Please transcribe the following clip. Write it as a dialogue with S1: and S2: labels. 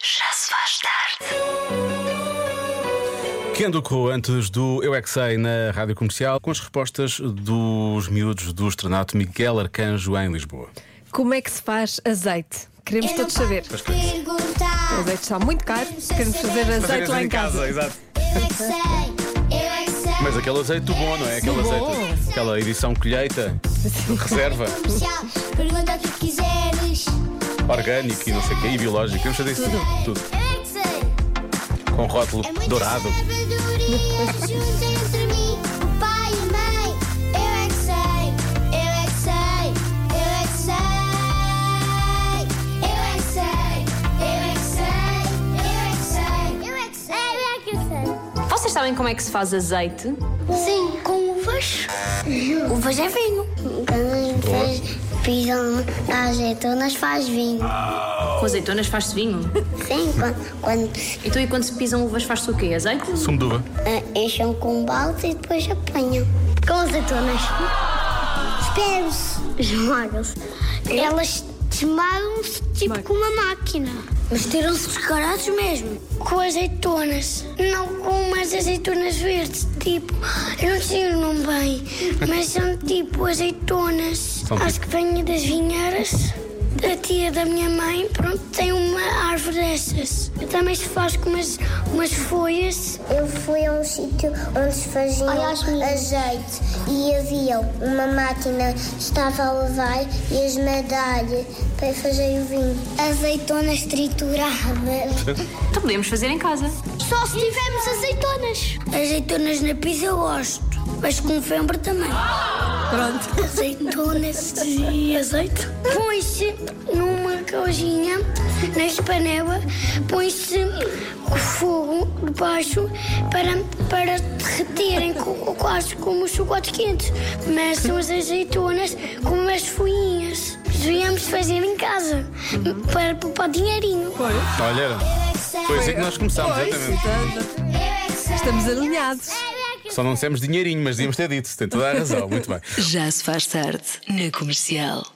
S1: se faz tarde.
S2: Kenduko, antes do Eu é Que Sei, na rádio comercial, com as respostas dos miúdos do estrenato Miguel Arcanjo em Lisboa.
S3: Como é que se faz azeite? Queremos
S4: Eu não
S3: todos é saber.
S4: paro de perguntar.
S3: O azeite está muito caro, queremos é fazer
S4: Fazer
S3: azeite lá em casa.
S2: exato.
S4: Eu é que sei, eu é que sei.
S2: Mas aquele azeite do bom, não é? Aquele
S3: Do bom.
S2: azeite. Aquela edição colheita, reserva,
S4: Comercial, pergunta o que quiseres.
S2: orgânico e não sei o quê, e biológico. Queremos fazer isso tudo. tudo.
S4: Eu é que sei.
S2: Com rótulo
S4: É muita
S2: dourado.
S4: sabedoria junto entre mim, o pai e a mãe. Eu é que sei, eu é que sei, eu é que sei. Eu é que sei, eu é que sei, eu é que sei. Eu é que sei, eu
S5: Vocês sabem como é que se faz azeite?
S4: é que sei. Sim, com uvas. Uvas é vinho.
S6: Quando faz pisam nas azeitonas faz vinho.
S5: Com azeitonas faz-se vinho.
S6: Sim, quando, quando
S5: Então, e quando se pisam uvas faz-se o quê? Azeite?
S2: Sumo de uva.
S6: ah, enchem com um balde e depois apanham. Com azeitonas.
S4: Espero-se. É.
S6: Esmagam-se. Elas
S4: Desmagam-se tipo com uma máquina.
S6: mas tiram-se os carados mesmo.
S4: Com azeitonas. Não com umas azeitonas verdes, tipo. Eu não sei o nome bem, mas são tipo azeitonas.
S2: São
S4: Acho que venho das vinheiras. A tia da minha mãe, pronto, tem uma árvore dessas. Também se faz com umas, umas folhas.
S6: Eu fui a um sítio onde se faziam azeite e havia uma máquina que estava a lavar e a esmerdar para fazer o vinho. Azeitonas trituradas.
S5: Então podemos fazer em casa.
S4: Só se tivermos azeitonas. Azeitonas na pizza eu gosto, mas com fembra também.
S3: Pronto.
S4: azeitonas e azeite. Põe-se numa cozinha, na espanela, põe-se o fogo debaixo para, para derreterem co- quase como o chocolate quente. Mas são as azeitonas com umas folhinhas. Devíamos fazer em casa para poupar dinheirinho.
S2: Olha, foi assim que nós começámos, exatamente.
S4: é
S3: Estamos alinhados.
S2: Só não dissemos dinheirinho, mas devíamos ter dito. Tem toda a razão. Muito bem.
S1: Já se faz tarde na comercial.